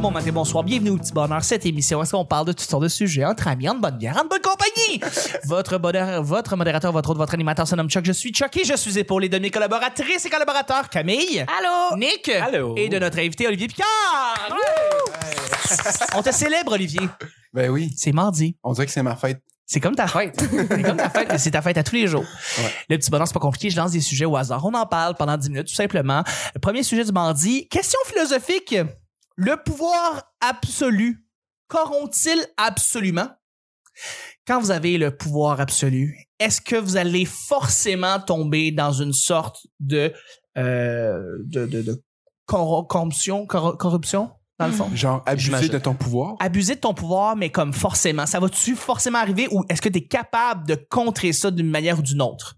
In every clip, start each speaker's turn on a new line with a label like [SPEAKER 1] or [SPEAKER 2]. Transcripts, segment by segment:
[SPEAKER 1] bon matin, bonsoir, bienvenue au Petit Bonheur, cette émission. Est-ce qu'on parle de toutes sortes de sujets entre amis, en bonne bière, en bonne compagnie? votre, bonheur, votre modérateur, votre autre, votre animateur se nomme Chuck. Je suis Chuck et je suis épaulé de mes collaboratrices et collaborateurs Camille,
[SPEAKER 2] Allô?
[SPEAKER 1] Nick
[SPEAKER 3] Allô.
[SPEAKER 1] et de notre invité Olivier Picard. On te célèbre, Olivier.
[SPEAKER 4] Ben oui,
[SPEAKER 1] C'est mardi.
[SPEAKER 4] on dirait que c'est ma fête.
[SPEAKER 1] C'est comme ta fête. C'est comme ta fête, mais c'est ta fête à tous les jours.
[SPEAKER 4] Ouais.
[SPEAKER 1] Le petit bonheur, c'est pas compliqué. Je lance des sujets au hasard. On en parle pendant 10 minutes, tout simplement. Le premier sujet du mardi, question philosophique. Le pouvoir absolu, qu'auront-ils absolument? Quand vous avez le pouvoir absolu, est-ce que vous allez forcément tomber dans une sorte de, euh, de, de, de corro- corruption, corro- corruption, dans le fond?
[SPEAKER 4] Genre, abuser
[SPEAKER 1] J'imagine.
[SPEAKER 4] de ton pouvoir.
[SPEAKER 1] abuser de ton pouvoir, mais comme forcément. Ça va-tu forcément arriver ou est-ce que tu es capable de contrer ça d'une manière ou d'une autre?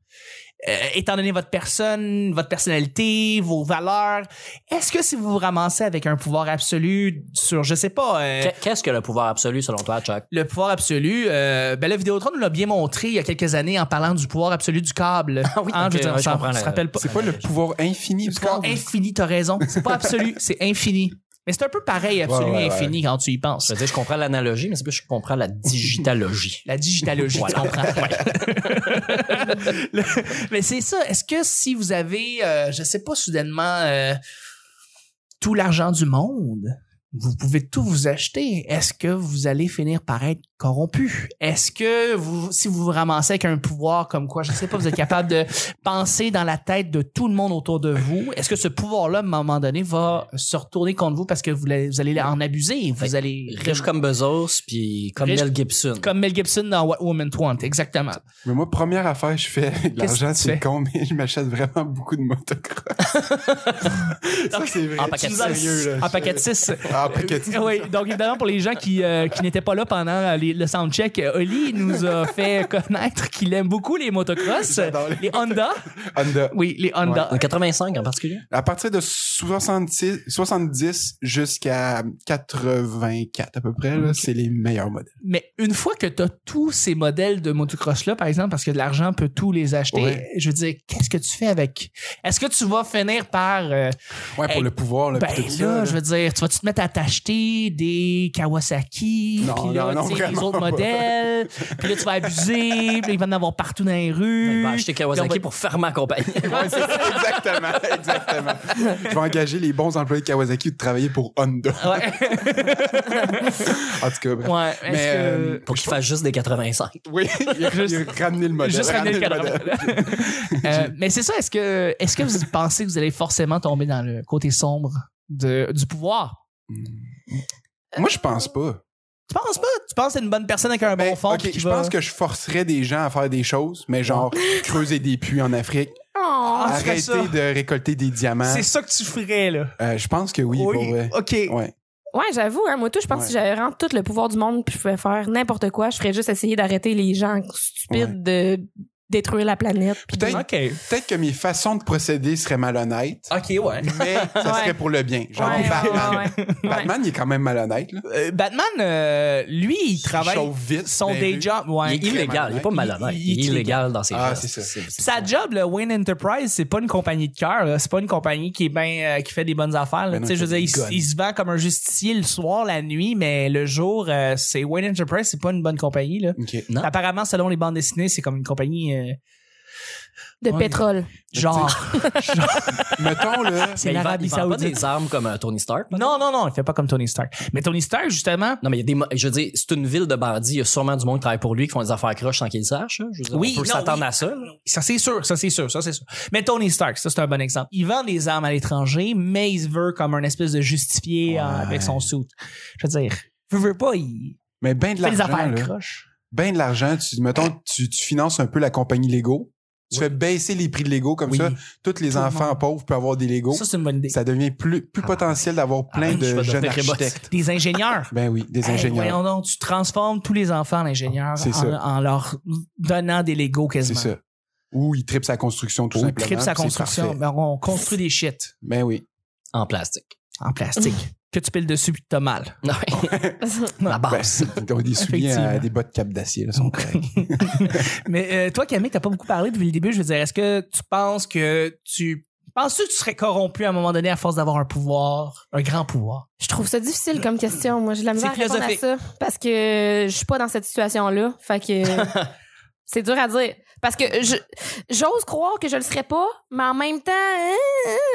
[SPEAKER 1] Euh, étant donné votre personne, votre personnalité, vos valeurs, est-ce que si vous vous ramassez avec un pouvoir absolu sur, je sais pas, euh,
[SPEAKER 3] Qu'est- Qu'est-ce que le pouvoir absolu selon toi, Chuck?
[SPEAKER 1] le pouvoir absolu, euh, ben, la Vidéotron nous l'a bien montré il y a quelques années en parlant du pouvoir absolu du câble.
[SPEAKER 3] Ah oui,
[SPEAKER 1] Hein,
[SPEAKER 3] ok,
[SPEAKER 1] je veux dire,
[SPEAKER 3] ouais,
[SPEAKER 1] on
[SPEAKER 3] je
[SPEAKER 1] s'en-
[SPEAKER 3] comprends
[SPEAKER 1] on se
[SPEAKER 3] la-
[SPEAKER 1] rappelle pas.
[SPEAKER 4] C'est pas le pouvoir infini du
[SPEAKER 1] C'est pas
[SPEAKER 4] corps.
[SPEAKER 1] infini, t'as raison. C'est pas absolu, c'est infini. Mais c'est un peu pareil, absolu
[SPEAKER 4] Ouais, ouais,
[SPEAKER 1] et
[SPEAKER 4] ouais.
[SPEAKER 1] infini, quand tu y penses.
[SPEAKER 3] Je veux dire, je comprends l'analogie, mais c'est plus que je comprends la digitalogie.
[SPEAKER 1] La digitalogie, tu comprends. Le- mais c'est ça. Est-ce que si vous avez, euh, je sais pas, soudainement, euh, tout l'argent du monde, vous pouvez tout vous acheter. Est-ce que vous allez finir par être corrompu? Est-ce que vous, si vous vous ramassez avec un pouvoir comme quoi, je sais pas, vous êtes capable de penser dans la tête de tout le monde autour de vous, est-ce que ce pouvoir-là, à un moment donné, va se retourner contre vous parce que vous, allez- vous allez en abuser? et Vous allez...
[SPEAKER 3] Riche comme Bezos, puis comme
[SPEAKER 1] Riche-
[SPEAKER 3] Mel Gibson.
[SPEAKER 1] Comme Mel Gibson dans What Women Want, exactement.
[SPEAKER 4] Mais moi, première affaire, je fais
[SPEAKER 1] Qu'est-ce
[SPEAKER 4] avec
[SPEAKER 1] que
[SPEAKER 4] l'argent,
[SPEAKER 1] tu
[SPEAKER 4] c'est
[SPEAKER 1] fais?
[SPEAKER 4] con, mais je m'achète vraiment beaucoup de motocross. ça, c'est vrai.
[SPEAKER 3] En paquet de
[SPEAKER 4] Je suis
[SPEAKER 3] six.
[SPEAKER 4] sérieux, là.
[SPEAKER 1] En Ah, paquet de 6.
[SPEAKER 4] En paquet de six.
[SPEAKER 1] Oui, donc évidemment, pour les gens qui, euh, qui n'étaient pas là pendant euh, les- le soundcheck, euh, Oli nous a fait connaître qu'il aime beaucoup les motocross, euh,
[SPEAKER 4] J'adore les-
[SPEAKER 1] les Honda.
[SPEAKER 4] Honda.
[SPEAKER 1] Oui, les Honda.
[SPEAKER 3] En 85 en particulier?
[SPEAKER 4] À partir de 66, 70 jusqu'à 84 à peu près, là, c'est les meilleurs modèles.
[SPEAKER 1] Mais une fois que tu as tous ces modèles de motocross-là, par exemple, parce que de l'argent peut tous les acheter,
[SPEAKER 4] Ouais.
[SPEAKER 1] je veux dire, qu'est-ce que tu fais avec? Est-ce que tu vas finir par... euh,
[SPEAKER 4] Ouais, pour
[SPEAKER 1] Hey,
[SPEAKER 4] le pouvoir, là,
[SPEAKER 1] ben
[SPEAKER 4] pis
[SPEAKER 1] là,
[SPEAKER 4] tout ça, là.
[SPEAKER 1] je veux dire, tu vas-tu te mettre à t'acheter des Kawasaki,
[SPEAKER 4] Non,
[SPEAKER 1] puis là,
[SPEAKER 4] non, non,
[SPEAKER 1] tu sais, les
[SPEAKER 4] vraiment
[SPEAKER 1] autres
[SPEAKER 4] pas.
[SPEAKER 1] modèles, puis là, tu vas abuser, puis là, ils vont en avoir partout dans les
[SPEAKER 3] Il
[SPEAKER 1] rues.
[SPEAKER 3] va acheter
[SPEAKER 1] Puis on va-
[SPEAKER 3] Kawasaki pour faire ma compagnie.
[SPEAKER 1] Euh,
[SPEAKER 4] exactement, exactement. Je vais engager les bons employés de Kawasaki de travailler pour Honda.
[SPEAKER 1] Ouais.
[SPEAKER 4] En tout cas, bref.
[SPEAKER 1] Ouais, est-ce
[SPEAKER 4] Mais, euh,
[SPEAKER 1] que...
[SPEAKER 3] Pour qu'il fasse juste des 85.
[SPEAKER 4] Oui, il a
[SPEAKER 1] Juste-
[SPEAKER 4] il a ramené le modèle.
[SPEAKER 1] Juste ramener le
[SPEAKER 4] ramené modèle.
[SPEAKER 1] cadavre. Euh, mais c'est ça, est-ce que, est ce que vous pensez que vous allez forcément tomber dans le côté sombre de, du pouvoir?
[SPEAKER 4] Moi, je pense pas.
[SPEAKER 1] Tu penses pas? Tu penses à une bonne personne avec un
[SPEAKER 4] Ben,
[SPEAKER 1] bon fond?
[SPEAKER 4] ok,
[SPEAKER 1] puis qui
[SPEAKER 4] je
[SPEAKER 1] va-
[SPEAKER 4] pense que je forcerais des gens à faire des choses, mais genre creuser des puits en Afrique,
[SPEAKER 1] Ah, tu ferais
[SPEAKER 4] arrêter
[SPEAKER 1] ça.
[SPEAKER 4] de récolter des diamants.
[SPEAKER 1] C'est ça que tu ferais, là.
[SPEAKER 4] Euh, je pense que oui, pour vrai.
[SPEAKER 1] OK.
[SPEAKER 4] Ouais.
[SPEAKER 2] Ouais, j'avoue, hein, moi, tout, je pense que si
[SPEAKER 4] Ouais.
[SPEAKER 2] j'avais vraiment tout le pouvoir du monde puis je pouvais faire n'importe quoi, je ferais juste essayer d'arrêter les gens stupides de détruire la planète. puis de-
[SPEAKER 4] Peut-être peut-être que mes façons de procéder seraient malhonnêtes,
[SPEAKER 1] OK, ouais.
[SPEAKER 4] mais ça
[SPEAKER 2] Ouais.
[SPEAKER 4] serait pour le bien. Genre
[SPEAKER 2] Ouais, ouais,
[SPEAKER 4] Batman.
[SPEAKER 2] ouais, ouais.
[SPEAKER 4] Batman, il est quand même malhonnête. Là.
[SPEAKER 1] Euh, Batman, euh, lui, il travaille
[SPEAKER 4] chauffe vite
[SPEAKER 1] son
[SPEAKER 4] dans les
[SPEAKER 1] day
[SPEAKER 4] rues.
[SPEAKER 1] job. Ouais.
[SPEAKER 3] il est
[SPEAKER 4] il est
[SPEAKER 3] illégal, il est pas malhonnête.
[SPEAKER 1] Il-
[SPEAKER 3] Il,
[SPEAKER 1] il- il
[SPEAKER 3] est
[SPEAKER 1] est
[SPEAKER 3] illégal dans ses
[SPEAKER 4] Ah,
[SPEAKER 3] gestes.
[SPEAKER 4] c'est ça.
[SPEAKER 1] Sa job, le Wayne Enterprise, c'est pas une compagnie de cœur, là. c'est pas une compagnie qui est ben, euh, qui fait des bonnes affaires. là.
[SPEAKER 4] Ben
[SPEAKER 1] Tu
[SPEAKER 4] non,
[SPEAKER 1] sais, je veux dire, il, s-
[SPEAKER 4] c'est une conne.
[SPEAKER 1] il se vend comme un justicier le soir, la nuit, mais le jour, euh, c'est Wayne Enterprise, c'est pas une bonne compagnie. Là.
[SPEAKER 4] OK.
[SPEAKER 3] Non.
[SPEAKER 1] Apparemment, selon les bandes dessinées, c'est comme une compagnie euh,
[SPEAKER 2] de
[SPEAKER 1] Ouais.
[SPEAKER 2] pétrole.
[SPEAKER 1] genre.
[SPEAKER 4] Mettons, là,
[SPEAKER 1] C'est
[SPEAKER 3] Mais il vend-
[SPEAKER 1] l'Arabie
[SPEAKER 3] il vend pas
[SPEAKER 1] Saoudite.
[SPEAKER 3] des armes comme euh, Tony Stark. peut-être?
[SPEAKER 1] Non, non, non, il fait pas comme Tony Stark. Mais Tony Stark, justement,
[SPEAKER 3] Non, mais il y a des. mo- Je veux dire, c'est une ville de bandits. Il y a sûrement du monde qui travaille pour lui, qui font des affaires croches sans qu'il le sache. hein. Je veux dire,
[SPEAKER 1] Oui,
[SPEAKER 3] on peut
[SPEAKER 1] non,
[SPEAKER 3] s'attendre
[SPEAKER 1] oui.
[SPEAKER 3] à ça. là.
[SPEAKER 1] ça c'est sûr, ça c'est sûr, ça c'est sûr. Mais Tony Stark, ça c'est un bon exemple. Il vend des armes à l'étranger, mais il se veut comme un espèce de justifié euh,
[SPEAKER 4] Ouais.
[SPEAKER 1] avec son suit. Je veux dire, veut, veut pas, il
[SPEAKER 4] mais ben de
[SPEAKER 1] fait des
[SPEAKER 4] l'argent.
[SPEAKER 1] affaires
[SPEAKER 4] là.
[SPEAKER 1] croches.
[SPEAKER 4] ben de l'argent. Tu, mettons, tu, tu finances un peu la compagnie Lego. Tu fais baisser les prix de Lego comme
[SPEAKER 1] Oui.
[SPEAKER 4] ça. Tous les
[SPEAKER 1] Tout le
[SPEAKER 4] enfants pauvres peuvent avoir des Lego.
[SPEAKER 1] Ça, c'est une bonne idée.
[SPEAKER 4] Ça devient plus, plus potentiel d'avoir
[SPEAKER 1] ah,
[SPEAKER 4] plein
[SPEAKER 1] ben,
[SPEAKER 3] je
[SPEAKER 4] de
[SPEAKER 3] vais
[SPEAKER 4] jeunes
[SPEAKER 3] devenir
[SPEAKER 4] architectes.
[SPEAKER 1] Des ingénieurs.
[SPEAKER 4] Ben oui, des
[SPEAKER 1] Hey,
[SPEAKER 4] ingénieurs.
[SPEAKER 1] voyons donc, tu transformes tous les enfants en ingénieurs
[SPEAKER 4] C'est
[SPEAKER 1] en,
[SPEAKER 4] ça.
[SPEAKER 1] en leur donnant des Legos
[SPEAKER 4] c'est
[SPEAKER 1] quasiment.
[SPEAKER 4] ça. Ou ils tripent sa construction tout
[SPEAKER 1] Ou
[SPEAKER 4] simplement.
[SPEAKER 1] triple sa
[SPEAKER 4] puis c'est
[SPEAKER 1] construction.
[SPEAKER 4] parfait.
[SPEAKER 1] Ben, on construit des shit
[SPEAKER 4] Ben oui.
[SPEAKER 3] En plastique.
[SPEAKER 1] en plastique. que tu piles dessus puis t'as mal.
[SPEAKER 3] Non, la
[SPEAKER 4] Ben,
[SPEAKER 3] base.
[SPEAKER 4] ils ont des souliers à
[SPEAKER 1] Effectivement.
[SPEAKER 4] des bottes cap d'acier. là, sont corrects.
[SPEAKER 1] Mais euh, toi, Camille, t'as pas beaucoup parlé depuis le début. Je veux dire, est-ce que tu penses que tu Penses-tu que tu serais corrompu à un moment donné à force d'avoir un pouvoir, un grand pouvoir?
[SPEAKER 2] Je trouve ça difficile comme question. Moi, j'ai de la misère à
[SPEAKER 3] C'est
[SPEAKER 2] répondre à ça. Parce que je suis pas dans cette situation-là. Fait que c'est dur à dire. Parce que je- j'ose croire que je le serais pas, mais en même temps, hein,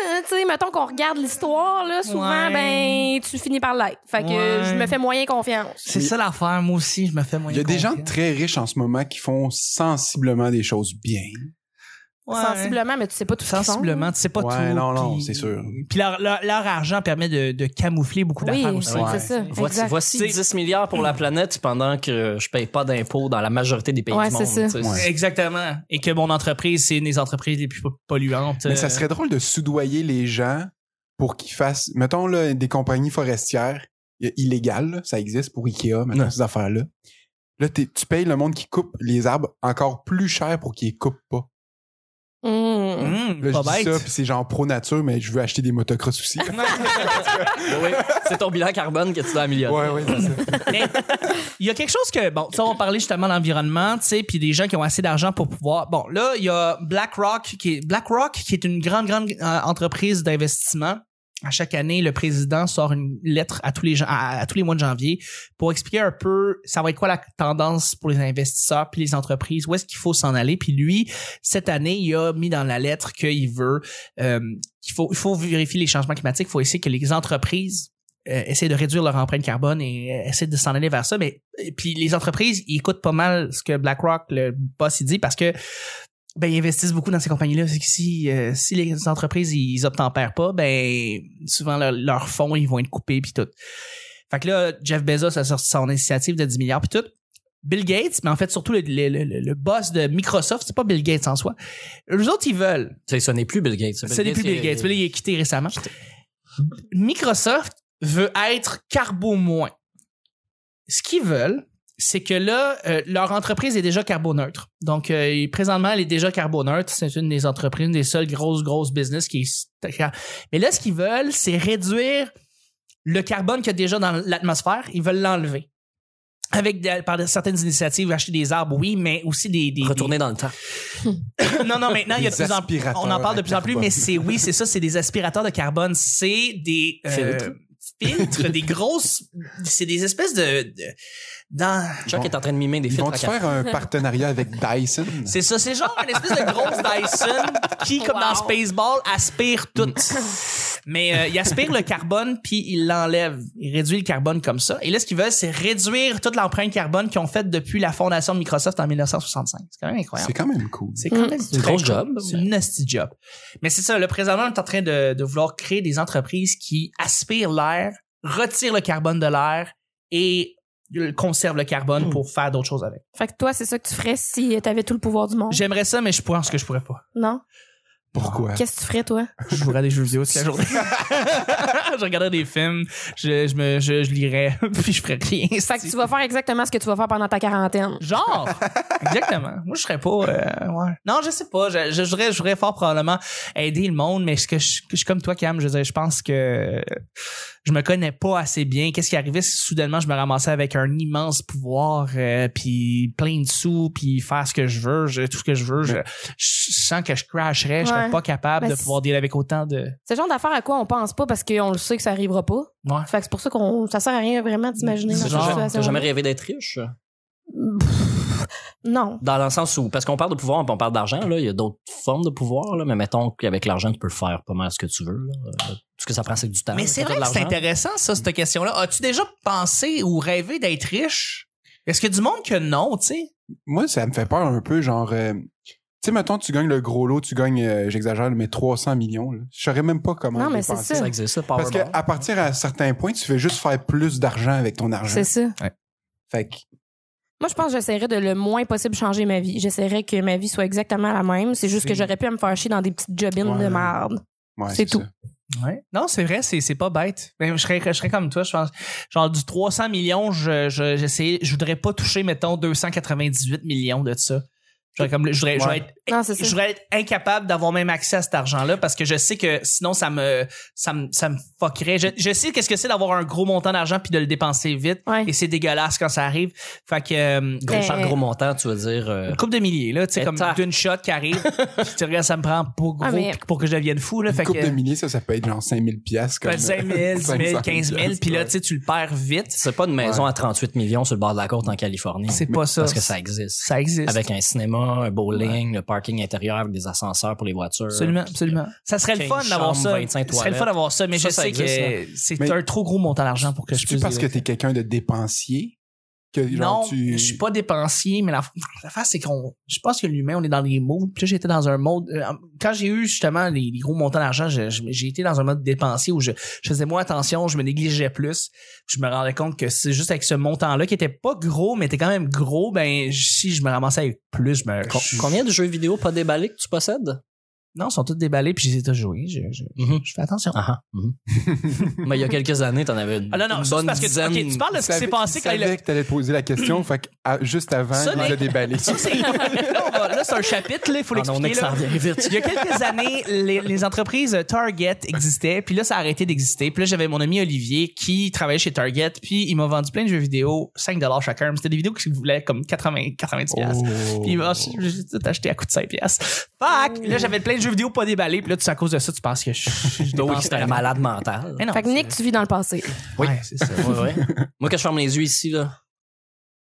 [SPEAKER 2] hein, tu sais, mettons qu'on regarde l'histoire, là, souvent,
[SPEAKER 1] Ouais.
[SPEAKER 2] ben, tu finis par l'être. Fait que
[SPEAKER 1] Ouais.
[SPEAKER 2] je me fais moyen confiance.
[SPEAKER 1] C'est
[SPEAKER 4] Oui.
[SPEAKER 1] ça l'affaire, moi aussi, je me fais
[SPEAKER 4] Il
[SPEAKER 1] moyen.
[SPEAKER 4] y a des gens
[SPEAKER 1] confiance.
[SPEAKER 4] très riches en ce moment qui font sensiblement des choses bien.
[SPEAKER 1] Ouais.
[SPEAKER 2] Sensiblement, mais tu sais pas tout ce qu'ils font.
[SPEAKER 1] Sensiblement, tu sais pas
[SPEAKER 4] Ouais,
[SPEAKER 1] tout.
[SPEAKER 4] non, non,
[SPEAKER 1] puis-
[SPEAKER 4] c'est sûr.
[SPEAKER 1] Puis leur, leur- leur argent permet de, de camoufler beaucoup
[SPEAKER 2] Oui,
[SPEAKER 1] d'affaires aussi.
[SPEAKER 2] c'est
[SPEAKER 4] Ouais.
[SPEAKER 2] ça.
[SPEAKER 3] Voici,
[SPEAKER 2] exact.
[SPEAKER 3] voici
[SPEAKER 1] C'est-
[SPEAKER 3] 10 milliards pour la planète pendant que je paye pas d'impôts dans la majorité des pays
[SPEAKER 2] Ouais,
[SPEAKER 3] du monde.
[SPEAKER 2] c'est ça.
[SPEAKER 3] tu sais.
[SPEAKER 4] Ouais.
[SPEAKER 1] Exactement. Et que mon entreprise, c'est une des entreprises les plus polluantes. euh,
[SPEAKER 4] Mais ça serait drôle de soudoyer les gens pour qu'ils fassent, mettons, là, des compagnies forestières euh, illégales, là, ça existe pour Ikea, maintenant,
[SPEAKER 3] Ouais.
[SPEAKER 4] ces affaires-là. Là, t'es- tu payes le monde qui coupe les arbres encore plus cher pour qu'ils les coupent pas.
[SPEAKER 2] Mm.
[SPEAKER 1] Mmh, pas
[SPEAKER 4] Là, je dis ça,
[SPEAKER 1] bête.
[SPEAKER 4] puis c'est genre pro-nature, mais je veux acheter des motocross aussi.
[SPEAKER 3] Oui, oui. C'est ton bilan carbone que tu dois améliorer.
[SPEAKER 4] ouais, ouais, c'est ça.
[SPEAKER 1] Mais il y a quelque chose que, bon, tu sais, on parlait justement d'environnement, tu sais, puis des gens qui ont assez d'argent pour pouvoir. Bon, là, il y a BlackRock qui est, BlackRock, qui est une grande, grande euh, entreprise d'investissement. À chaque année, le président sort une lettre à tous les gens, à, à tous les mois de janvier pour expliquer un peu ça va être quoi la tendance pour les investisseurs puis les entreprises, où est-ce qu'il faut s'en aller. Puis lui, cette année, il a mis dans la lettre qu'il veut euh, qu'il faut, il faut vérifier les changements climatiques, il faut essayer que les entreprises euh, essayer de réduire leur empreinte carbone et euh, essayer de s'en aller vers ça. Mais et puis les entreprises, ils écoutent pas mal ce que BlackRock, le boss, il dit parce que ben ils investissent beaucoup dans ces compagnies-là. C'est que si euh, si les entreprises ils obtempèrent pas, ben souvent leur- leurs fonds ils vont être coupés puis tout. Fait que là, Jeff Bezos a sorti son initiative de 10 milliards puis tout. Bill Gates, mais en fait surtout le, le- le- le boss de Microsoft, c'est pas Bill Gates en soi. Eux autres, ils veulent
[SPEAKER 3] Tu sais, Ce n'est plus Bill Gates. ça.
[SPEAKER 1] ce n'est plus Bill
[SPEAKER 3] est-
[SPEAKER 1] Gates. Là, il est quitté récemment. Microsoft veut être carbo moins. Ce qu'ils veulent, c'est que là, euh, leur entreprise est déjà carboneutre. Donc, euh, présentement, elle est déjà carboneutre. C'est une des entreprises, une des seules grosses, grosses business qui est... Mais là, ce qu'ils veulent, c'est réduire le carbone qu'il y a déjà dans l'atmosphère. Ils veulent l'enlever. Avec, des- par certaines initiatives, acheter des arbres, oui, mais aussi des... des-
[SPEAKER 3] Retourner dans le temps.
[SPEAKER 1] non, non, maintenant, il y a de
[SPEAKER 4] Des
[SPEAKER 1] plus en plus.
[SPEAKER 4] aspirateurs
[SPEAKER 1] On en parle de
[SPEAKER 4] à
[SPEAKER 1] plus en plus,
[SPEAKER 4] carbone.
[SPEAKER 1] mais c'est oui, c'est ça, c'est des aspirateurs de carbone. C'est des euh,
[SPEAKER 3] Filtres.
[SPEAKER 1] filtres, des grosses. C'est des espèces de. de- dans,
[SPEAKER 3] Chuck
[SPEAKER 4] Bon.
[SPEAKER 3] est en train de mimer des
[SPEAKER 4] Ils
[SPEAKER 3] filtres
[SPEAKER 4] vont
[SPEAKER 3] à
[SPEAKER 4] te
[SPEAKER 3] café.
[SPEAKER 4] faire un partenariat avec Dyson?
[SPEAKER 1] c'est ça, c'est genre une espèce de grosse Dyson qui, comme dans
[SPEAKER 2] Wow.
[SPEAKER 1] Spaceball, aspire tout. Mais euh, il aspire le carbone puis il l'enlève. Il réduit le carbone comme ça. Et là, ce qu'ils veulent, c'est réduire toute l'empreinte carbone qu'ils ont faite depuis la fondation de Microsoft en 1965. C'est quand même incroyable.
[SPEAKER 4] C'est quand même cool.
[SPEAKER 1] C'est quand
[SPEAKER 2] Mm.
[SPEAKER 1] même
[SPEAKER 3] une
[SPEAKER 1] très
[SPEAKER 3] grosse
[SPEAKER 1] cool.
[SPEAKER 3] job.
[SPEAKER 1] C'est une nasty job. Mais c'est ça, le présentement, on est en train de, de vouloir créer des entreprises qui aspirent l'air, retirent le carbone de l'air et euh, conservent le carbone pour faire d'autres choses avec.
[SPEAKER 2] Fait que toi, c'est ça que tu ferais si t'avais tout le pouvoir du monde.
[SPEAKER 1] J'aimerais ça, mais je pense que je pourrais pas.
[SPEAKER 2] Non?
[SPEAKER 4] Pourquoi?
[SPEAKER 2] Qu'est-ce que tu ferais, toi?
[SPEAKER 1] Je jouerais des jeux vidéo toute la journée. je regarderais des films, je, je, me, je, je lirais, puis je ferais rien.
[SPEAKER 2] Fait que tu vas faire exactement ce que tu vas faire pendant ta quarantaine.
[SPEAKER 1] Genre! Exactement. Moi, je serais pas. euh, ouais. Non, je sais pas. Je, je, je voudrais, je voudrais fort probablement aider le monde, mais ce que je, que je suis comme toi, Cam, je veux dire, je pense que je me connais pas assez bien. Qu'est-ce qui arrivait si soudainement je me ramassais avec un immense pouvoir, euh, puis plein de sous, puis faire ce que je veux, je- tout ce que je veux. Je, je sens que je crasherais. Je serais
[SPEAKER 2] Ouais.
[SPEAKER 1] pas capable
[SPEAKER 2] Mais
[SPEAKER 1] de
[SPEAKER 2] c'est-
[SPEAKER 1] pouvoir dealer avec autant de.
[SPEAKER 2] C'est le genre d'affaire à quoi on pense pas parce qu'on le sait que ça arrivera pas.
[SPEAKER 1] Ouais.
[SPEAKER 2] Fait que c'est pour ça qu'on ça sert à rien vraiment d'imaginer
[SPEAKER 1] C'est
[SPEAKER 2] notre
[SPEAKER 1] genre,
[SPEAKER 2] situation.
[SPEAKER 3] T'as jamais rêvé d'être riche?
[SPEAKER 2] Non.
[SPEAKER 3] Dans le sens où, parce qu'on parle de pouvoir, on parle d'argent, là, il y a d'autres formes de pouvoir, là, mais mettons qu'avec l'argent, tu peux faire pas mal ce que tu veux. là. Euh, Tout ce que ça prend, c'est du temps.
[SPEAKER 1] Mais
[SPEAKER 3] là,
[SPEAKER 1] c'est
[SPEAKER 3] quand
[SPEAKER 1] vrai
[SPEAKER 3] t'as
[SPEAKER 1] que
[SPEAKER 3] de
[SPEAKER 1] c'est
[SPEAKER 3] l'argent.
[SPEAKER 1] intéressant, ça, cette question-là. As-tu déjà pensé ou rêvé d'être riche? Est-ce qu'il y a du monde que non, tu sais?
[SPEAKER 4] Moi, ça me fait peur un peu, genre... euh, tu sais, mettons, tu gagnes le gros lot, tu gagnes, euh, j'exagère, mais 300 millions. là. Je saurais même pas comment
[SPEAKER 2] Non,
[SPEAKER 4] le
[SPEAKER 2] mais c'est
[SPEAKER 4] dépenser.
[SPEAKER 3] Ça existe, ça,
[SPEAKER 4] Parce
[SPEAKER 3] Powerball.
[SPEAKER 4] qu'à partir à certains points, tu fais juste faire plus d'argent avec ton argent.
[SPEAKER 2] C'est ça.
[SPEAKER 4] Fait que
[SPEAKER 2] Moi, je pense que j'essaierais de le moins possible changer ma vie. J'essaierais que ma vie soit exactement la même. C'est juste
[SPEAKER 4] C'est-
[SPEAKER 2] que j'aurais pu me faire chier dans des petites jobines
[SPEAKER 4] Ouais.
[SPEAKER 2] de merde.
[SPEAKER 4] Ouais,
[SPEAKER 2] C'est tout.
[SPEAKER 4] ça.
[SPEAKER 1] Ouais. Non, c'est vrai, c'est, c'est pas bête. Mais je serais, je serais comme toi, je pense. Genre, du 300 millions, je, je, j'essaie- je voudrais pas toucher, mettons, 298 millions de ça. J'aurais comme le- je voudrais- je voudrais être-
[SPEAKER 2] Non, c'est ça.
[SPEAKER 1] je voudrais être incapable d'avoir même accès à cet argent-là parce que je sais que sinon ça me ça me, ça me fuckerait. Je, je sais qu'est-ce que c'est d'avoir un gros montant d'argent puis de le dépenser vite
[SPEAKER 2] Ouais.
[SPEAKER 1] et c'est dégueulasse quand ça arrive. Fait que euh,
[SPEAKER 3] Gros,
[SPEAKER 2] Ben,
[SPEAKER 3] par gros montant, tu veux dire. euh,
[SPEAKER 1] une coupe de milliers là, tu sais
[SPEAKER 3] Et
[SPEAKER 1] comme
[SPEAKER 3] tac.
[SPEAKER 1] d'une shot qui arrive. Puis tu regardes ça me prend pour gros
[SPEAKER 2] Ah, mais-
[SPEAKER 1] puis pour que je devienne fou là.
[SPEAKER 4] Une
[SPEAKER 1] Fait
[SPEAKER 4] coupe
[SPEAKER 1] que
[SPEAKER 4] de milliers, ça, ça peut être genre 5000 piastres. Comme, euh,
[SPEAKER 1] 5 000, 10 000, 15 000 puis là
[SPEAKER 4] ouais.
[SPEAKER 1] tu sais tu le perds vite.
[SPEAKER 3] C'est pas une maison à 38 millions sur le bord de la côte en Californie.
[SPEAKER 1] C'est pas ça.
[SPEAKER 3] Parce que ça existe.
[SPEAKER 1] Ça existe.
[SPEAKER 3] Avec un cinéma, un bowling, le parking intérieur avec des ascenseurs pour les voitures.
[SPEAKER 1] Absolument,
[SPEAKER 3] Puis,
[SPEAKER 1] absolument. Ça serait le
[SPEAKER 3] 15
[SPEAKER 1] fun d'avoir
[SPEAKER 3] chambres,
[SPEAKER 1] ça.
[SPEAKER 3] 25
[SPEAKER 1] Ça serait le fun
[SPEAKER 3] toilettes.
[SPEAKER 1] d'avoir ça, mais
[SPEAKER 3] Ça,
[SPEAKER 1] je
[SPEAKER 3] ça
[SPEAKER 1] sais
[SPEAKER 3] existe,
[SPEAKER 1] que c'est
[SPEAKER 4] hein. Mais-
[SPEAKER 1] un trop gros montant d'argent pour que je
[SPEAKER 4] C'est-tu
[SPEAKER 1] puisse.
[SPEAKER 4] parce que
[SPEAKER 1] dire-
[SPEAKER 4] t'es quelqu'un de dépensier? Que, genre,
[SPEAKER 1] non,
[SPEAKER 4] tu...
[SPEAKER 1] je suis pas dépensier, mais la, la face, c'est qu'on. Je pense que l'humain, on est dans des modes. Puis là, j'étais dans un mode. euh, Quand j'ai eu justement les, les gros montants d'argent, je- je- j'ai été dans un mode dépensier où je, je faisais moins attention, je me négligeais plus. Je me rendais compte que c'est juste avec ce montant-là qui était pas gros, mais était quand même gros, ben je- si je me ramassais avec plus, je me.
[SPEAKER 3] Com-
[SPEAKER 1] je-
[SPEAKER 3] Combien de jeux vidéo pas déballés que tu possèdes?
[SPEAKER 1] non, ils sont tous déballés, puis je les ai tous joués. Je, je- je fais attention.
[SPEAKER 3] Ah, ah, mhm. Mais il y a quelques années, t'en avais une,
[SPEAKER 1] Ah non, non,
[SPEAKER 3] une
[SPEAKER 1] ça, c'est
[SPEAKER 3] bonne
[SPEAKER 1] parce que tu,
[SPEAKER 3] dizaine.
[SPEAKER 1] ok, tu parles de ce qui s'est passé quand
[SPEAKER 4] savait
[SPEAKER 1] il a.
[SPEAKER 4] que t'allais te poser la question, fait que à- juste avant,
[SPEAKER 1] Ça,
[SPEAKER 4] il
[SPEAKER 1] mais-
[SPEAKER 4] l'a déballé.
[SPEAKER 1] Ça, c'est- là, on va- là, c'est un chapitre, là, il faut
[SPEAKER 3] Ah non, on est
[SPEAKER 1] l'expliquer.
[SPEAKER 3] que ça
[SPEAKER 1] là.
[SPEAKER 3] revient vite.
[SPEAKER 1] Il y a quelques années, les, les entreprises euh, Target existaient, puis là, ça a arrêté d'exister. Puis là, j'avais mon ami Olivier qui travaillait chez Target, puis il m'a vendu plein de jeux vidéo, 5 chacun. Mais C'était des vidéos qui voulaient comme 80, 90 piastres.
[SPEAKER 3] Oh.
[SPEAKER 1] Puis il m'a j'ai tout acheté à coût de 5 piastres. Fuck! Là, j'avais plein de jeux vidéo pas déballés, puis là, tu à cause de ça, tu penses que je, je
[SPEAKER 3] Donc,
[SPEAKER 1] dépense
[SPEAKER 3] c'est un
[SPEAKER 1] vraiment.
[SPEAKER 3] malade mental.
[SPEAKER 1] Mais non,
[SPEAKER 2] Fait que Nick, tu vis dans le passé.
[SPEAKER 1] oui, c'est ça.
[SPEAKER 3] Ouais, ouais. Moi, quand je ferme les yeux ici, là,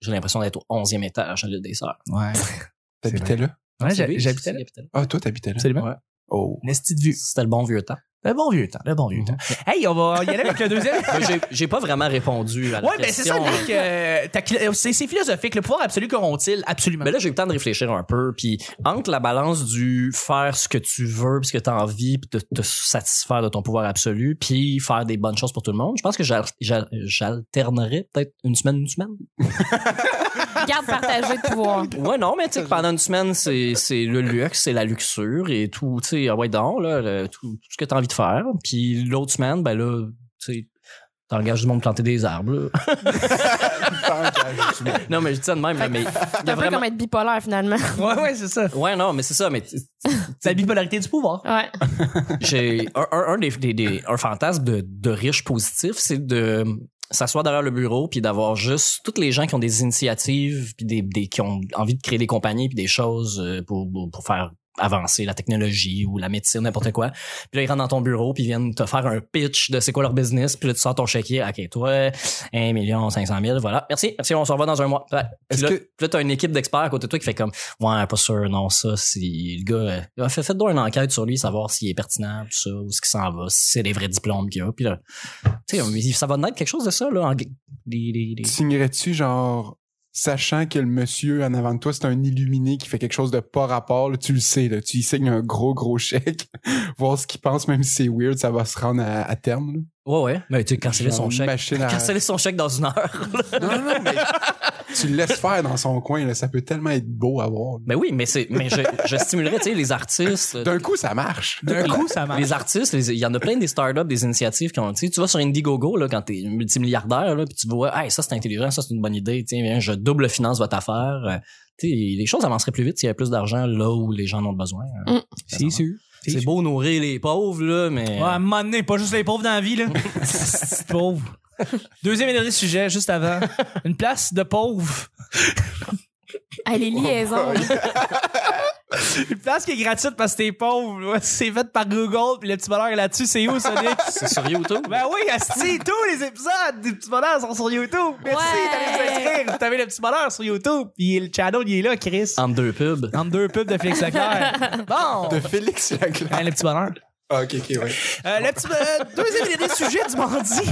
[SPEAKER 3] j'ai l'impression d'être au 11e étage de l'île des Sœurs.
[SPEAKER 1] Ouais,
[SPEAKER 4] T'habitais là?
[SPEAKER 1] ouais
[SPEAKER 3] C'est lui,
[SPEAKER 1] j'ai- j'habitais là.
[SPEAKER 3] j'habitais là.
[SPEAKER 4] Ah, toi, t'habitais là?
[SPEAKER 1] Absolument.
[SPEAKER 3] Ouais.
[SPEAKER 4] Oh.
[SPEAKER 1] Une petite vue.
[SPEAKER 3] C'était le bon vieux temps.
[SPEAKER 1] Le bon vieux temps, le bon vieux temps.
[SPEAKER 3] Mm-hmm.
[SPEAKER 1] Hey, on va y aller avec le deuxième.
[SPEAKER 3] Ben, j'ai- J'ai pas vraiment répondu à la
[SPEAKER 1] Ouais, ben c'est
[SPEAKER 3] question.
[SPEAKER 1] ça, Nick. euh, ta cli- euh, c'est c'est philosophique. Le pouvoir absolu qu'auront-ils? Absolument.
[SPEAKER 3] Mais Ben là, j'ai eu le temps de réfléchir un peu. Puis entre la balance du faire ce que tu veux, puis ce que tu as envie, puis de te satisfaire de ton pouvoir absolu, puis faire des bonnes choses pour tout le monde, je pense que j'al- j'al- j'alternerais peut-être une semaine, une semaine.
[SPEAKER 2] Garde partagée de pouvoir.
[SPEAKER 3] Ouais, non, mais tu sais que pendant une semaine, c'est c'est le luxe, c'est la luxure et tout, tu sais, ah ouais, donc, là, le- tout, tout ce que tu as envie de faire. Puis l'autre semaine, ben là, tu sais, t'engages du monde à planter des arbres. là. Non, mais je dis ça de même, là, mais il y
[SPEAKER 2] C'est
[SPEAKER 3] a
[SPEAKER 2] un peu
[SPEAKER 3] vraiment...
[SPEAKER 2] comme être bipolaire, finalement.
[SPEAKER 1] Ouais, ouais, c'est ça.
[SPEAKER 3] Ouais, non, mais c'est ça, mais t-
[SPEAKER 1] C'est la bipolarité du pouvoir.
[SPEAKER 2] Ouais.
[SPEAKER 3] j'ai un, un, un des, des- des- un fantasme de, de riche positif, c'est de s'asseoir derrière le bureau puis d'avoir juste toutes les gens qui ont des initiatives puis des, des- qui ont envie de créer des compagnies puis des choses euh, pour, pour, pour faire avancer la technologie ou la médecine n'importe quoi puis là ils rentrent dans ton bureau puis ils viennent te faire un pitch de c'est quoi leur business puis là tu sors ton chéquier ok toi 1 million 500 000 voilà merci merci on se revoit dans un mois Ouais. puis
[SPEAKER 4] Est-ce
[SPEAKER 3] là,
[SPEAKER 4] que-
[SPEAKER 3] puis là t'as une équipe d'experts à côté de toi qui fait comme Ouais, pas sûr, non, ça, si le gars. euh, fait- Faites-donc une enquête sur lui, savoir s'il est pertinent, tout ça, ou ce qui s'en va, si c'est les vrais diplômes qu'il a. Puis là, tu sais, mais ça va naître quelque chose de ça, là. en- les- les- les-
[SPEAKER 4] Signerais-tu, genre, sachant que le monsieur en avant de toi, c'est un illuminé qui fait quelque chose de pas rapport, là, tu le sais, là, tu y signes un gros, gros chèque, voir ce qu'il pense, même si c'est weird, ça va se rendre à, à terme. Là.
[SPEAKER 3] Ouais, ouais. Mais tu sais, canceller son
[SPEAKER 4] Genre,
[SPEAKER 3] chèque.
[SPEAKER 4] machine à-
[SPEAKER 3] Canceller son chèque dans une heure. là.
[SPEAKER 4] Non, non, non, mais tu le laisses faire dans son coin, là, ça peut tellement être beau à voir. là.
[SPEAKER 3] Mais Ben oui, mais c'est, mais je, je stimulerais, tu sais, les artistes.
[SPEAKER 4] D'un coup, ça marche.
[SPEAKER 1] D'un coup, ça marche.
[SPEAKER 3] Les artistes, les- il y en a plein des startups, des initiatives qui ont. Tu sais, tu vas sur Indiegogo là, quand t'es multimilliardaire, là, puis tu vois, hey, ça c'est intelligent, ça c'est une bonne idée, tiens, viens, je double finance votre affaire. Euh, Tu sais, les choses avanceraient plus vite s'il y avait plus d'argent là où les gens en ont besoin. Euh,
[SPEAKER 2] Mm.
[SPEAKER 3] C'est sûr. C'est beau nourrir les pauvres, là, mais.
[SPEAKER 1] Ouais, à un moment donné, pas juste les pauvres dans la vie, là. C'est pauvre. Deuxième et dernier sujet, juste avant. Une place de pauvre.
[SPEAKER 2] Elle est
[SPEAKER 1] Oh,
[SPEAKER 2] liaison.
[SPEAKER 1] Une place qui est gratuite parce que t'es pauvre. Ouais, C'est fait par Google, puis le petit bonheur est là-dessus. C'est où, ça, Nick?
[SPEAKER 3] C'est sur YouTube.
[SPEAKER 1] Ben oui, Asti, tous les épisodes du Petit Bonheur sont sur YouTube. Merci,
[SPEAKER 2] Ouais.
[SPEAKER 1] t'allez vous inscrire. T'avais le Petit Bonheur sur YouTube. Puis le channel, il est là, Chris.
[SPEAKER 3] En deux pubs.
[SPEAKER 1] Entre deux pubs de Félix Leclerc. Bon!
[SPEAKER 4] De Félix Leclerc.
[SPEAKER 1] Hein, le petit bonheur.
[SPEAKER 4] Ah, ok, ok, ouais.
[SPEAKER 1] Euh, le petit, euh, deuxième et dernier sujet du mardi.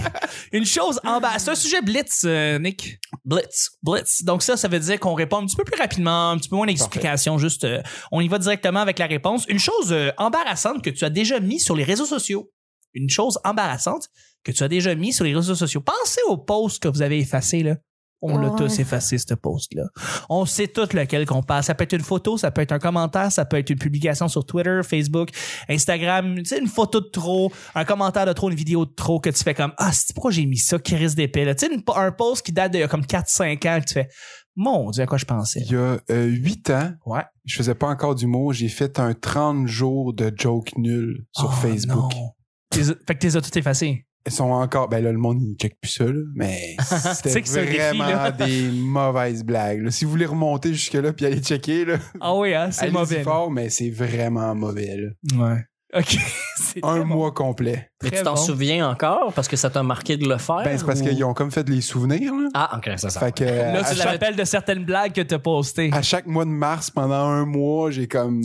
[SPEAKER 1] Une chose en bas. C'est un sujet blitz, euh, Nick.
[SPEAKER 3] Blitz.
[SPEAKER 1] Blitz. Donc ça, ça veut dire qu'on répond un petit peu plus rapidement, un petit peu moins d'explications. Juste, euh, on y va directement avec la réponse. Une chose euh, embarrassante que tu as déjà mis sur les réseaux sociaux. Une chose embarrassante que tu as déjà mis sur les réseaux sociaux. Pensez au post que vous avez effacé là. On l'a
[SPEAKER 2] Ouais.
[SPEAKER 1] tous effacé, ce post-là. On sait tout lequel qu'on passe. Ça peut être une photo, ça peut être un commentaire, ça peut être une publication sur Twitter, Facebook, Instagram. Tu sais, une photo de trop, un commentaire de trop, une vidéo de trop que tu fais comme Ah, c'est pourquoi j'ai mis ça, qui risque d'épais. là? Tu sais, une- un post qui date de comme 4-5 ans, que tu fais Mon Dieu, à quoi je pensais.
[SPEAKER 4] Il y a euh, huit ans,
[SPEAKER 1] Ouais.
[SPEAKER 4] je faisais pas encore d'humour, j'ai fait un 30 jours de jokes nuls sur
[SPEAKER 1] Oh,
[SPEAKER 4] Facebook.
[SPEAKER 1] non. T'es- Fait que t'es as tout effacé.
[SPEAKER 4] Ils sont encore. Ben là, le monde, il check plus ça, là, mais
[SPEAKER 1] sais
[SPEAKER 4] c'était
[SPEAKER 1] que c'est un défi,
[SPEAKER 4] vraiment
[SPEAKER 1] là.
[SPEAKER 4] des mauvaises blagues. là. Si vous voulez remonter jusque-là puis aller checker, là,
[SPEAKER 1] Ah oui, hein, c'est
[SPEAKER 4] allez-y
[SPEAKER 1] mauvais.
[SPEAKER 4] fort, mais c'est vraiment mauvais. là.
[SPEAKER 1] Ouais. OK. C'est
[SPEAKER 4] Un
[SPEAKER 1] très bon.
[SPEAKER 4] mois complet.
[SPEAKER 3] Mais
[SPEAKER 1] Très
[SPEAKER 3] tu t'en
[SPEAKER 1] bon.
[SPEAKER 3] souviens encore parce que ça t'a marqué de le faire?
[SPEAKER 4] Ben, c'est parce
[SPEAKER 3] ou-
[SPEAKER 4] qu'ils ont comme fait les souvenirs. Là.
[SPEAKER 3] Ah, ok, c'est ça.
[SPEAKER 4] fait que euh,
[SPEAKER 1] Là,
[SPEAKER 4] à,
[SPEAKER 1] tu te
[SPEAKER 4] chaque,
[SPEAKER 1] rappelles de certaines blagues que t'as postées.
[SPEAKER 4] à chaque mois de mars, pendant un mois, j'ai comme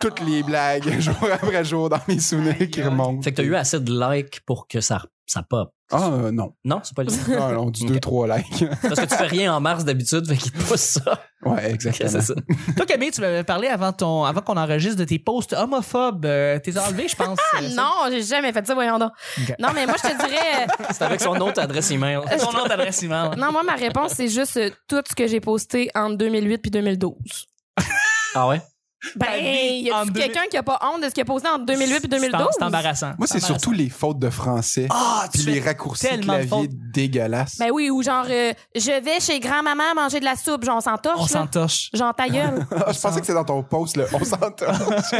[SPEAKER 4] toutes les blagues jour après jour dans mes souvenirs qui remontent.
[SPEAKER 3] Fait que t'as eu assez de likes pour que ça, ça pop.
[SPEAKER 4] Ah euh, non.
[SPEAKER 3] Non, c'est pas le
[SPEAKER 4] Non, non, du
[SPEAKER 3] Ok.
[SPEAKER 4] 2-3 likes.
[SPEAKER 3] Parce que tu fais rien en mars d'habitude, fait qu'il te pousse ça.
[SPEAKER 4] ouais,
[SPEAKER 3] Ok, c'est
[SPEAKER 4] exactement.
[SPEAKER 3] ça.
[SPEAKER 1] Toi, Camille, tu m'avais parlé avant ton, avant qu'on enregistre de tes posts homophobes. Euh, t'es enlevé, je pense. euh,
[SPEAKER 2] Ah non, j'ai jamais fait ça, voyons donc.
[SPEAKER 1] Ok.
[SPEAKER 2] Non, mais moi, je te dirais. euh,
[SPEAKER 3] C'est avec son autre adresse email.
[SPEAKER 1] Ton nom d'adresse email.
[SPEAKER 2] non, moi, ma réponse, c'est juste euh, tout ce que j'ai posté entre 2008 puis 2012.
[SPEAKER 3] Ah ouais?
[SPEAKER 2] Ben,
[SPEAKER 1] Ta vie
[SPEAKER 2] y a
[SPEAKER 1] entre 2000
[SPEAKER 2] quelqu'un qui a pas honte de ce qu'il a posté entre 2008 puis
[SPEAKER 1] C'est-
[SPEAKER 2] 2012?
[SPEAKER 1] C'est embarrassant.
[SPEAKER 4] Moi, c'est
[SPEAKER 1] embarrassant.
[SPEAKER 4] surtout les fautes de français.
[SPEAKER 1] Ah, tu
[SPEAKER 4] Puis les
[SPEAKER 1] fais-
[SPEAKER 4] raccourcis
[SPEAKER 1] tellement de
[SPEAKER 4] clavier dégueulasses.
[SPEAKER 2] Ben oui, ou genre, euh, je vais chez grand-maman manger de la soupe, genre, on
[SPEAKER 1] On
[SPEAKER 2] s'entorche, là.
[SPEAKER 1] s'entoche.
[SPEAKER 2] Genre, ta gueule.
[SPEAKER 4] Ah, je pensais que c'était dans ton post, là. On s'entend.
[SPEAKER 2] ça,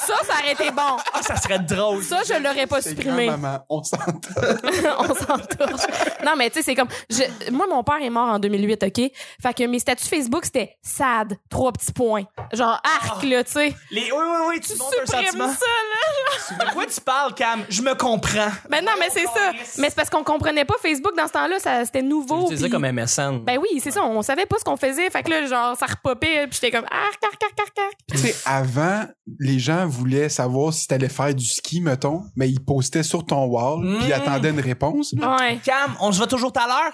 [SPEAKER 2] ça aurait été bon.
[SPEAKER 1] Ah, ça serait drôle.
[SPEAKER 2] Ça, je l'aurais pas
[SPEAKER 4] C'est
[SPEAKER 2] supprimé.
[SPEAKER 4] grand-maman. On s'entend.
[SPEAKER 2] on s'entorche. Non, mais tu sais, c'est comme. je- moi, mon père est mort en 2008, OK? Fait que mes statuts Facebook, c'était sad, trois petits points. Genre,
[SPEAKER 1] Ah.
[SPEAKER 2] arc, là, tu sais.
[SPEAKER 1] Les... Oui, oui, oui, tu montres un
[SPEAKER 2] Supprime ça,
[SPEAKER 1] sentiment.
[SPEAKER 2] là.
[SPEAKER 1] De quoi tu parles, Cam? Je me comprends.
[SPEAKER 2] Ben non, mais c'est ça. Mais c'est parce qu'on comprenait pas Facebook dans ce temps-là, ça- c'était nouveau.
[SPEAKER 3] Tu disais
[SPEAKER 2] puis-
[SPEAKER 3] comme MSN.
[SPEAKER 2] Ben oui, c'est ça, on savait pas ce qu'on faisait. Fait que là, genre, ça repopait, puis j'étais comme arc, arc, arc, arc, arc.
[SPEAKER 4] tu sais, avant, les gens voulaient savoir si t'allais faire du ski, mettons, mais ils postaient sur ton wall,
[SPEAKER 1] Mm.
[SPEAKER 4] puis ils attendaient une réponse.
[SPEAKER 1] Ah
[SPEAKER 2] Ouais.
[SPEAKER 1] Cam, on se voit toujours tout à l'heure?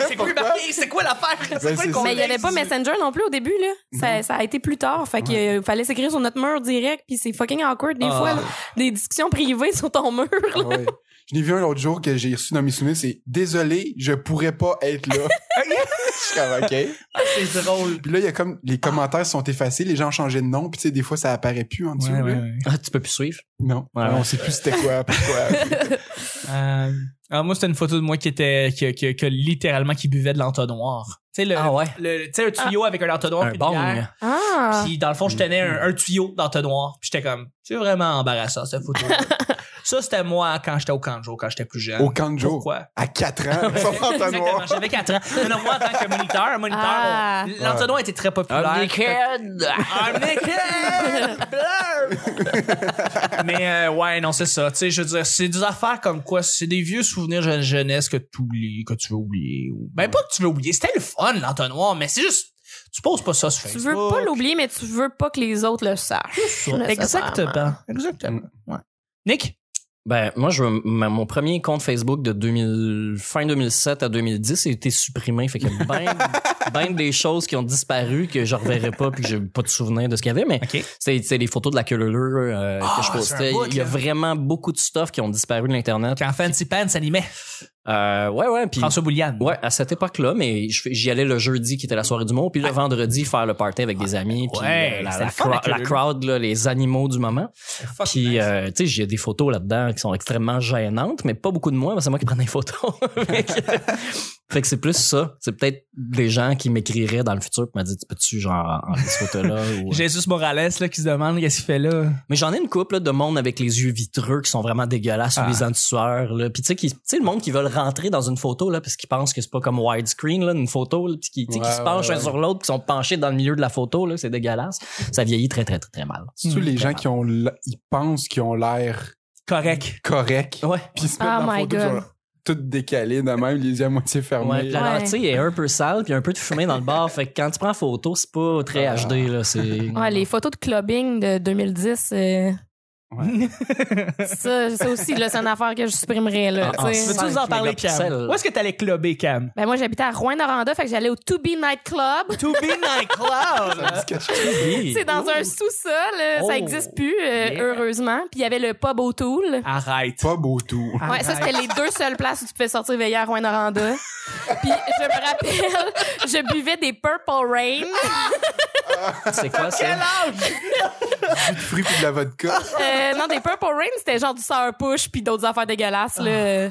[SPEAKER 1] c'est quoi, Marie? C'est quoi l'affaire? quoi
[SPEAKER 4] Ben, c'est
[SPEAKER 1] le
[SPEAKER 4] ça.
[SPEAKER 2] Mais il n'y
[SPEAKER 1] contexte?
[SPEAKER 2] avait pas Messenger non plus au début, là. Ça, ça a été plus tard. Fait qu'il euh, fallait s'écrire sur notre mur direct, puis c'est fucking awkward des
[SPEAKER 3] Ah.
[SPEAKER 2] fois, là. Des discussions privées sur ton mur, là.
[SPEAKER 4] Ah ouais. Je l'ai vu un autre jour que j'ai reçu dans mes souvenirs, c'est Désolé, je pourrais pas être là. je suis comme OK.
[SPEAKER 1] C'est drôle.
[SPEAKER 4] Puis là, il y a comme les commentaires sont effacés, les gens ont changé de nom, puis tu sais, des fois, ça apparaît plus en dessous.
[SPEAKER 1] Ouais,
[SPEAKER 4] là.
[SPEAKER 1] ouais, ouais.
[SPEAKER 3] Ah, tu peux plus suivre.
[SPEAKER 4] Non.
[SPEAKER 3] Ouais,
[SPEAKER 4] on
[SPEAKER 3] ouais.
[SPEAKER 4] sait plus c'était quoi, pourquoi.
[SPEAKER 1] Euh, alors moi, c'était une photo de moi qui était, qui, qui- que littéralement, qui buvait de l'entonnoir. Tu sais, le,
[SPEAKER 3] Ah ouais.
[SPEAKER 1] le- tu sais, un tuyau avec un entonnoir.
[SPEAKER 3] Un
[SPEAKER 1] puis une
[SPEAKER 3] bong.
[SPEAKER 1] bière.
[SPEAKER 2] Ah!
[SPEAKER 1] Puis dans le fond, je tenais
[SPEAKER 4] Mm-hmm.
[SPEAKER 1] un, un tuyau d'entonnoir. Puis j'étais comme, c'est vraiment embarrassant, cette photo. ça, c'était moi quand j'étais au Kanjo, quand j'étais plus jeune.
[SPEAKER 4] Au Kanjo.
[SPEAKER 1] Pourquoi?
[SPEAKER 4] À 4 ans, son
[SPEAKER 1] Exactement,
[SPEAKER 4] entonnoir.
[SPEAKER 1] j'avais 4 ans. Mais non, moi, en tant que moniteur, un moniteur,
[SPEAKER 2] Ah.
[SPEAKER 1] on- l'entonnoir était très populaire. I'm naked! Blur! Mais euh, ouais, non, c'est ça. Tu sais, je veux dire, c'est des affaires comme quoi, c'est des vieux souvenirs de jeunesse que tu oublies, que tu veux oublier. ou- Ben, pas que tu veux oublier. C'était le fun, l'entonnoir, mais c'est juste, tu poses pas ça sur
[SPEAKER 2] Tu
[SPEAKER 1] Facebook.
[SPEAKER 2] veux pas l'oublier, mais tu veux pas que les autres le sachent.
[SPEAKER 1] Ça. Exactement.
[SPEAKER 2] hein.
[SPEAKER 1] Exactement. Ouais. Nick?
[SPEAKER 3] Ben, moi, je, ma- mon premier compte Facebook de 2000, fin 2007 à 2010 a été supprimé. Fait qu'il y a ben, ben des choses qui ont disparu que je reverrai pas puis que j'ai pas de souvenir de ce qu'il y avait. Mais
[SPEAKER 1] OK.
[SPEAKER 3] c'était c'était les photos de la queue leu-leu, euh,
[SPEAKER 1] Ah,
[SPEAKER 3] que je
[SPEAKER 1] c'est un
[SPEAKER 3] postais.
[SPEAKER 1] bout,
[SPEAKER 3] Il y a
[SPEAKER 1] là.
[SPEAKER 3] vraiment beaucoup de stuff qui ont disparu de l'Internet.
[SPEAKER 1] Quand Fancy Pants s'animait,
[SPEAKER 3] Euh, ouais, ouais. Puis,
[SPEAKER 1] François Bouliane.
[SPEAKER 3] ouais, à cette époque-là, mais je fais- j'y allais le jeudi qui était la soirée du monde, puis le vendredi faire le party avec des amis, puis
[SPEAKER 1] Ah, Ouais,
[SPEAKER 3] euh, la,
[SPEAKER 1] c'était
[SPEAKER 3] la
[SPEAKER 1] le fun, la
[SPEAKER 3] cro- la
[SPEAKER 1] queue leu-leu.
[SPEAKER 3] crowd, là, les animaux du moment.
[SPEAKER 1] Fuck,
[SPEAKER 3] Puis,
[SPEAKER 1] nice.
[SPEAKER 3] euh, tu sais, j'ai des photos là-dedans qui sont extrêmement gênantes, mais pas beaucoup de moi, mais c'est moi qui prends des photos. fait que- fait que c'est plus ça. C'est peut-être des gens qui m'écriraient dans le futur qui m'ont dit, tu peux-tu, genre, enlever cette photo-là? ou- euh.
[SPEAKER 1] Jésus Morales, là, qui se demande qu'est-ce qu'il fait là.
[SPEAKER 3] mais j'en ai une couple là, de monde avec les yeux vitreux qui sont vraiment dégueulasses,
[SPEAKER 1] Ah.
[SPEAKER 3] les ans de sueur. Là. Puis, tu sais, qui- tu sais, le monde qui veulent rentrer dans une photo, là, parce qu'ils pensent que c'est pas comme widescreen, là, une photo, là, puis qui, tu sais, qui
[SPEAKER 4] Ouais,
[SPEAKER 3] se penchent
[SPEAKER 4] ouais,
[SPEAKER 3] un
[SPEAKER 4] ouais.
[SPEAKER 3] sur l'autre, qui sont penchés dans le milieu de la photo, là, c'est dégueulasse. Ça vieillit très, très, très, très mal.
[SPEAKER 4] C'est-tu
[SPEAKER 1] Hmm,
[SPEAKER 4] les gens qui ont l- ils pensent qu'ils ont l'air
[SPEAKER 1] Correct.
[SPEAKER 4] corrects,
[SPEAKER 3] Ouais.
[SPEAKER 4] puis ils se mettent
[SPEAKER 2] Oh
[SPEAKER 4] dans la
[SPEAKER 2] my
[SPEAKER 4] photo,
[SPEAKER 2] God.
[SPEAKER 4] genre, tout décalé de même, les yeux à moitié
[SPEAKER 3] Ouais,
[SPEAKER 4] fermés.
[SPEAKER 3] puis la
[SPEAKER 2] Ouais.
[SPEAKER 3] lentille est un peu sale, puis un peu de fumée dans le bar. Fait que quand tu prends photo, c'est pas très
[SPEAKER 4] Ah.
[SPEAKER 3] HD, là. C'est.
[SPEAKER 2] Ouais, les photos de clubbing de 2010, euh, ça, ça aussi, là, c'est une affaire que je supprimerais, là.
[SPEAKER 3] Ah,
[SPEAKER 2] tu
[SPEAKER 3] ah,
[SPEAKER 2] sais.
[SPEAKER 3] ça,
[SPEAKER 1] Veux-tu nous en parler, Cam?
[SPEAKER 3] mégapixels.
[SPEAKER 1] Où est-ce que t'allais clubber, Cam?
[SPEAKER 2] Ben, moi, j'habitais à Rouen-Noranda, fait que j'allais au To Be Night Club.
[SPEAKER 1] To be nightclub.
[SPEAKER 3] Oui.
[SPEAKER 2] C'est dans un sous-sol, euh,
[SPEAKER 1] Oh.
[SPEAKER 2] ça existe plus, euh,
[SPEAKER 1] Yeah.
[SPEAKER 2] heureusement. Puis il y avait le pub O'Toole.
[SPEAKER 1] Arrête.
[SPEAKER 4] Pas beau tout.
[SPEAKER 1] Ah,
[SPEAKER 2] Ouais, ça,
[SPEAKER 1] nice.
[SPEAKER 2] c'était les deux seules places où tu pouvais sortir veiller à Rouen-Noranda. Puis, je me rappelle,
[SPEAKER 1] Ah,
[SPEAKER 2] je buvais des Purple Rain.
[SPEAKER 3] C'est quoi ça?
[SPEAKER 1] âge?
[SPEAKER 4] du fruit puis de la vodka.
[SPEAKER 2] Euh, non, des Purple Rain, c'était genre du sour push puis d'autres affaires dégueulasses,
[SPEAKER 1] Ah,
[SPEAKER 2] là.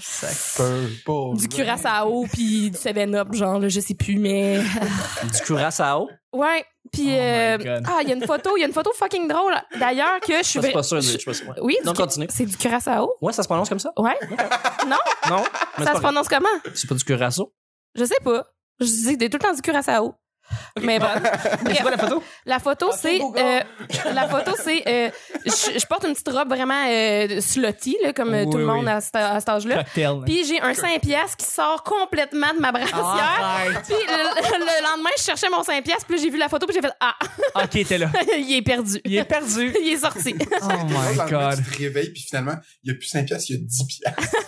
[SPEAKER 4] Purple.
[SPEAKER 2] du curaçao puis du 7-up, genre, là, je sais plus, mais.
[SPEAKER 3] Du curaçao.
[SPEAKER 2] Ouais,
[SPEAKER 3] Oh
[SPEAKER 2] puis.
[SPEAKER 3] my
[SPEAKER 2] euh,
[SPEAKER 3] God.
[SPEAKER 2] Ah, il y a une photo, il y a une photo fucking drôle, d'ailleurs, que je suis.
[SPEAKER 3] Je suis pas
[SPEAKER 2] vrai-
[SPEAKER 3] sûr. de-
[SPEAKER 2] je-
[SPEAKER 3] Je suis pas sûr. ouais.
[SPEAKER 2] Oui, du
[SPEAKER 3] Non,
[SPEAKER 2] cu-
[SPEAKER 3] continue.
[SPEAKER 2] C'est du curaçao?
[SPEAKER 3] Ouais, ça se prononce comme ça?
[SPEAKER 2] Ouais. Non?
[SPEAKER 3] Non? mais c'est
[SPEAKER 2] ça se
[SPEAKER 3] pas grave.
[SPEAKER 2] prononce comment?
[SPEAKER 3] C'est pas du curaçao?
[SPEAKER 2] Je sais pas. Je dis des- tout le temps du curaçao. Mais bon. Bref.
[SPEAKER 3] C'est quoi la photo?
[SPEAKER 2] La photo, c'est. euh, la photo, c'est. euh, je je porte une petite robe vraiment euh, slutty, là, comme euh, tout
[SPEAKER 3] Oui,
[SPEAKER 2] le monde
[SPEAKER 3] oui.
[SPEAKER 2] à, cet- à cet âge-là.
[SPEAKER 3] Cocktail.
[SPEAKER 2] Puis j'ai un 5 piastres qui sort complètement de ma brassière.
[SPEAKER 3] Ah.
[SPEAKER 1] Arrête.
[SPEAKER 2] Puis le, le lendemain, je cherchais mon 5 piastres, puis là, j'ai vu la photo, puis j'ai fait Ah,
[SPEAKER 1] Ok, t'es là.
[SPEAKER 2] il est perdu.
[SPEAKER 1] Il est perdu.
[SPEAKER 2] Il est sorti.
[SPEAKER 1] Oh
[SPEAKER 4] Genre,
[SPEAKER 1] my
[SPEAKER 4] dans le
[SPEAKER 1] god.
[SPEAKER 4] Tu te réveilles, puis finalement, il n'y a plus 5 piastres, il y a 10 piastres.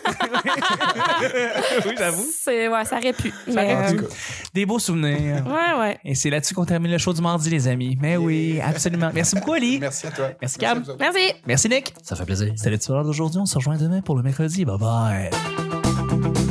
[SPEAKER 1] oui, j'avoue.
[SPEAKER 2] C'est, ouais, ça aurait pu. mais,
[SPEAKER 1] Ah,
[SPEAKER 4] En
[SPEAKER 2] euh,
[SPEAKER 4] tout cas,
[SPEAKER 1] Des beaux souvenirs.
[SPEAKER 2] ouais, ouais.
[SPEAKER 1] Et c'est là-dessus qu'on termine le show du mardi, les amis. Mais oui, absolument. Merci beaucoup, Ali.
[SPEAKER 4] merci à toi.
[SPEAKER 1] Merci,
[SPEAKER 4] à
[SPEAKER 1] Cam.
[SPEAKER 4] vous autres.
[SPEAKER 2] Merci.
[SPEAKER 1] Merci, Nick.
[SPEAKER 3] Ça fait plaisir.
[SPEAKER 1] C'était le tueur d'aujourd'hui. On se rejoint demain pour le mercredi. Bye bye.